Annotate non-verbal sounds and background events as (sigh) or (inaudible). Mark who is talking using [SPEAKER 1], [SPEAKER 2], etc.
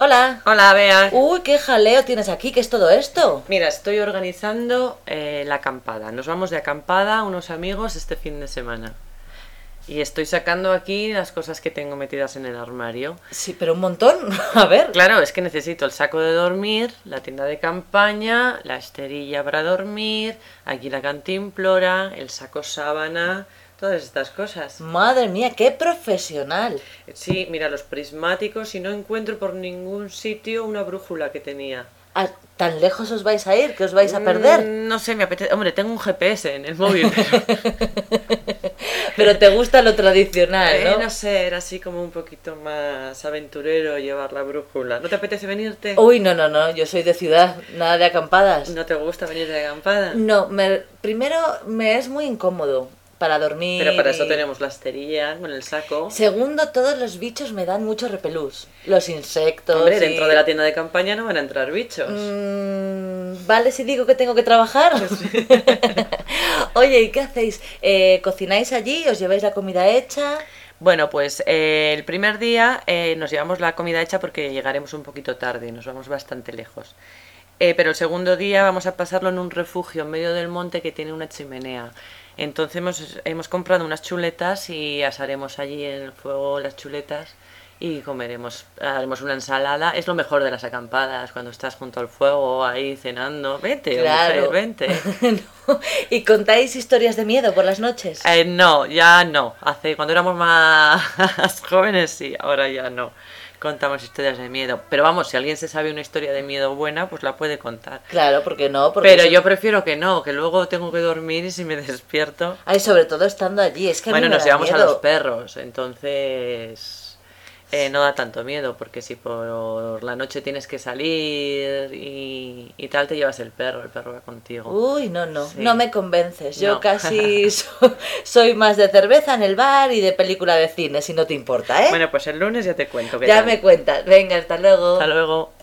[SPEAKER 1] Hola.
[SPEAKER 2] Hola, Bea.
[SPEAKER 1] Uy, qué jaleo tienes aquí, ¿qué es todo esto?
[SPEAKER 2] Mira, estoy organizando eh, la acampada. Nos vamos de acampada unos amigos este fin de semana. Y estoy sacando aquí las cosas que tengo metidas en el armario.
[SPEAKER 1] Sí, pero un montón. (laughs) A ver.
[SPEAKER 2] Claro, es que necesito el saco de dormir, la tienda de campaña, la esterilla para dormir, aquí la cantimplora, el saco sábana, todas estas cosas.
[SPEAKER 1] Madre mía, qué profesional.
[SPEAKER 2] Sí, mira, los prismáticos y no encuentro por ningún sitio una brújula que tenía.
[SPEAKER 1] Ah, ¿Tan lejos os vais a ir que os vais a perder?
[SPEAKER 2] Mm, No sé, me apetece... Hombre, tengo un GPS en
[SPEAKER 1] (laughs)
[SPEAKER 2] el móvil, pero...
[SPEAKER 1] Pero te gusta lo tradicional,
[SPEAKER 2] eh,
[SPEAKER 1] ¿no?
[SPEAKER 2] no sé, era así como un poquito más aventurero llevar la brújula. ¿No te apetece venirte?
[SPEAKER 1] Uy, no, no, no, yo soy de ciudad, nada de acampadas.
[SPEAKER 2] ¿No te gusta venir de acampada?
[SPEAKER 1] No, me- primero me es muy incómodo para dormir.
[SPEAKER 2] Pero para eso
[SPEAKER 1] y-
[SPEAKER 2] tenemos la esterilla con el saco.
[SPEAKER 1] Segundo, todos los bichos me dan mucho repelús. Los insectos.
[SPEAKER 2] Hombre,
[SPEAKER 1] y-
[SPEAKER 2] dentro de la tienda de campaña no van a entrar bichos.
[SPEAKER 1] Mm, ¿Vale si digo que tengo que trabajar?
[SPEAKER 2] Pues
[SPEAKER 1] (laughs) Oye, ¿y qué hacéis? Eh, ¿Cocináis allí? ¿Os lleváis la comida hecha?
[SPEAKER 2] Bueno, pues eh, el primer día eh, nos llevamos la comida hecha porque llegaremos un poquito tarde, nos vamos bastante lejos. Eh, pero el segundo día vamos a pasarlo en un refugio en medio del monte que tiene una chimenea. Entonces hemos, hemos comprado unas chuletas y asaremos allí en el fuego las chuletas y comeremos, haremos una ensalada. Es lo mejor de las acampadas, cuando estás junto al fuego ahí cenando. Vete, mujer, vente.
[SPEAKER 1] (laughs) No. ¿Y contáis historias de miedo por las noches?
[SPEAKER 2] Eh, no, ya no. Hace cuando éramos más (laughs) jóvenes sí, ahora ya no. Contamos historias de miedo. Pero vamos, si alguien se sabe una historia de miedo buena, pues la puede contar.
[SPEAKER 1] Claro, porque no, porque
[SPEAKER 2] Pero
[SPEAKER 1] eso-
[SPEAKER 2] yo prefiero que no, que luego tengo que dormir y si me (laughs) despierto.
[SPEAKER 1] Ay, sobre todo estando allí, es que a mí
[SPEAKER 2] Bueno,
[SPEAKER 1] me
[SPEAKER 2] nos
[SPEAKER 1] da
[SPEAKER 2] llevamos a
[SPEAKER 1] miedo.
[SPEAKER 2] los perros, entonces eh, no da tanto miedo, porque si por la noche tienes que salir y, y tal, te llevas el perro, el perro va contigo.
[SPEAKER 1] Uy, no, no,
[SPEAKER 2] Sí.
[SPEAKER 1] no me convences. Yo
[SPEAKER 2] No. (laughs)
[SPEAKER 1] casi so- soy más de cerveza en el bar y de película de cine, si no te importa, ¿eh?
[SPEAKER 2] Bueno, pues el lunes ya te cuento. qué
[SPEAKER 1] ya
[SPEAKER 2] tal.
[SPEAKER 1] me cuentas. Venga, hasta luego.
[SPEAKER 2] Hasta luego.